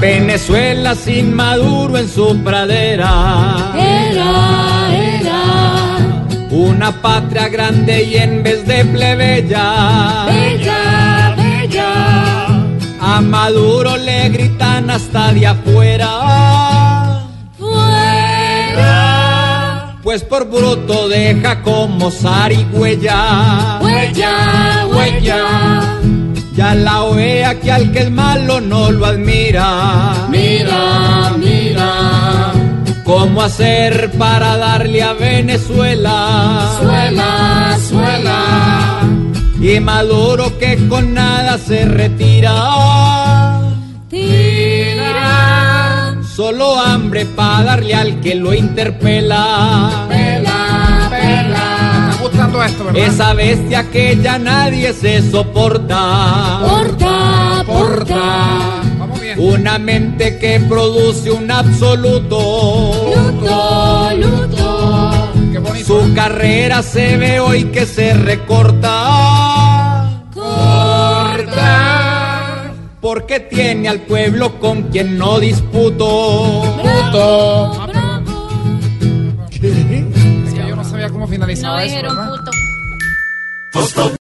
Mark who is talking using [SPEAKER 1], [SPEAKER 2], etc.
[SPEAKER 1] Venezuela sin Maduro en su pradera.
[SPEAKER 2] Era, era,
[SPEAKER 1] Una patria grande y en vez de plebeya.
[SPEAKER 2] bella, bella,
[SPEAKER 1] A Maduro le gritan hasta de afuera.
[SPEAKER 2] fuera,
[SPEAKER 1] Pues por bruto deja como zarigüeya.
[SPEAKER 2] huella, huella,
[SPEAKER 1] Ya la OEA que al que es malo no lo admira.
[SPEAKER 2] mira, mira,
[SPEAKER 1] ¿Cómo hacer para darle a Venezuela?
[SPEAKER 2] suela, suela,
[SPEAKER 1] Y Maduro que con nada se retira.
[SPEAKER 2] tira,
[SPEAKER 1] Solo hambre para darle al que lo interpela.
[SPEAKER 2] pela, pela,
[SPEAKER 3] Está gustando esto, ¿verdad?
[SPEAKER 1] Esa bestia que ya nadie se soporta.
[SPEAKER 2] porta, porta,
[SPEAKER 3] Vamos bien.
[SPEAKER 1] Una mente que produce un absoluto.
[SPEAKER 2] luto, luto,
[SPEAKER 3] Qué bonito.
[SPEAKER 1] Uh, Su carrera se ve hoy que se recorta.
[SPEAKER 2] corta,
[SPEAKER 1] Porque tiene al pueblo con quien no disputo. Ah,
[SPEAKER 2] bravo, bravo.
[SPEAKER 3] Es que yo no sabía cómo finalizaba
[SPEAKER 2] No
[SPEAKER 3] eso,
[SPEAKER 2] dijeron
[SPEAKER 3] ¿verdad?
[SPEAKER 2] puto.